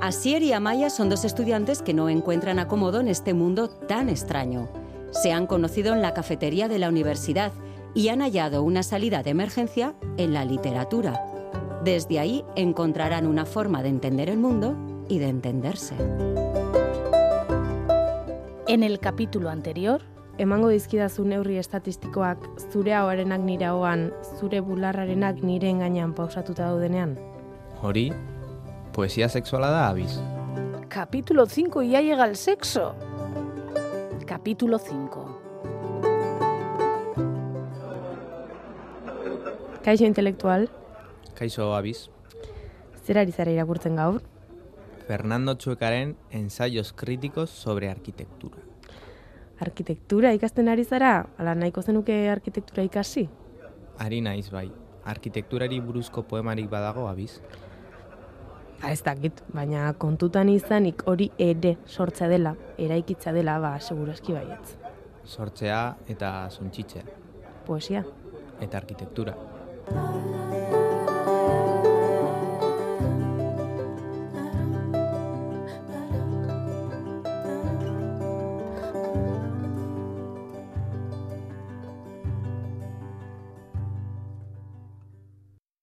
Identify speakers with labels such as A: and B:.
A: Asier y Amaya son dos estudiantes que no encuentran acomodo en este mundo tan extraño. Se han conocido en la cafetería de la universidad y han hallado una salida de emergencia en la literatura. Desde ahí encontrarán una forma de entender el mundo y de entenderse.
B: En el capítulo anterior,
C: emango dizkidazu neurri estatistikoak zure ahoarenak nire ahoan, zure bularrarenak nire engainan pausatuta daudenean.
D: Hori, poesia sexuala da abiz.
B: capítulo 5 y ya llega el sexo. Capítulo 5.
C: Kaixo intelektual,
D: Kaixo abiz.
C: zer ari zara irakurtzen gaur?
D: Fernando Chuecaren ensayos críticos sobre arquitectura.
C: Arkitektura ikasten ari zara? Ala nahiko zenuke arkitektura ikasi?
D: Ari naiz bai, arkitekturari buruzko poemarik badago abiz.
C: Ba ez dakit, baina kontutan izanik hori ere sortza dela, eraikitza dela, ba, segurazki baietz.
D: Sortzea eta zuntxitzea,
C: Poesia.
D: eta arkitektura.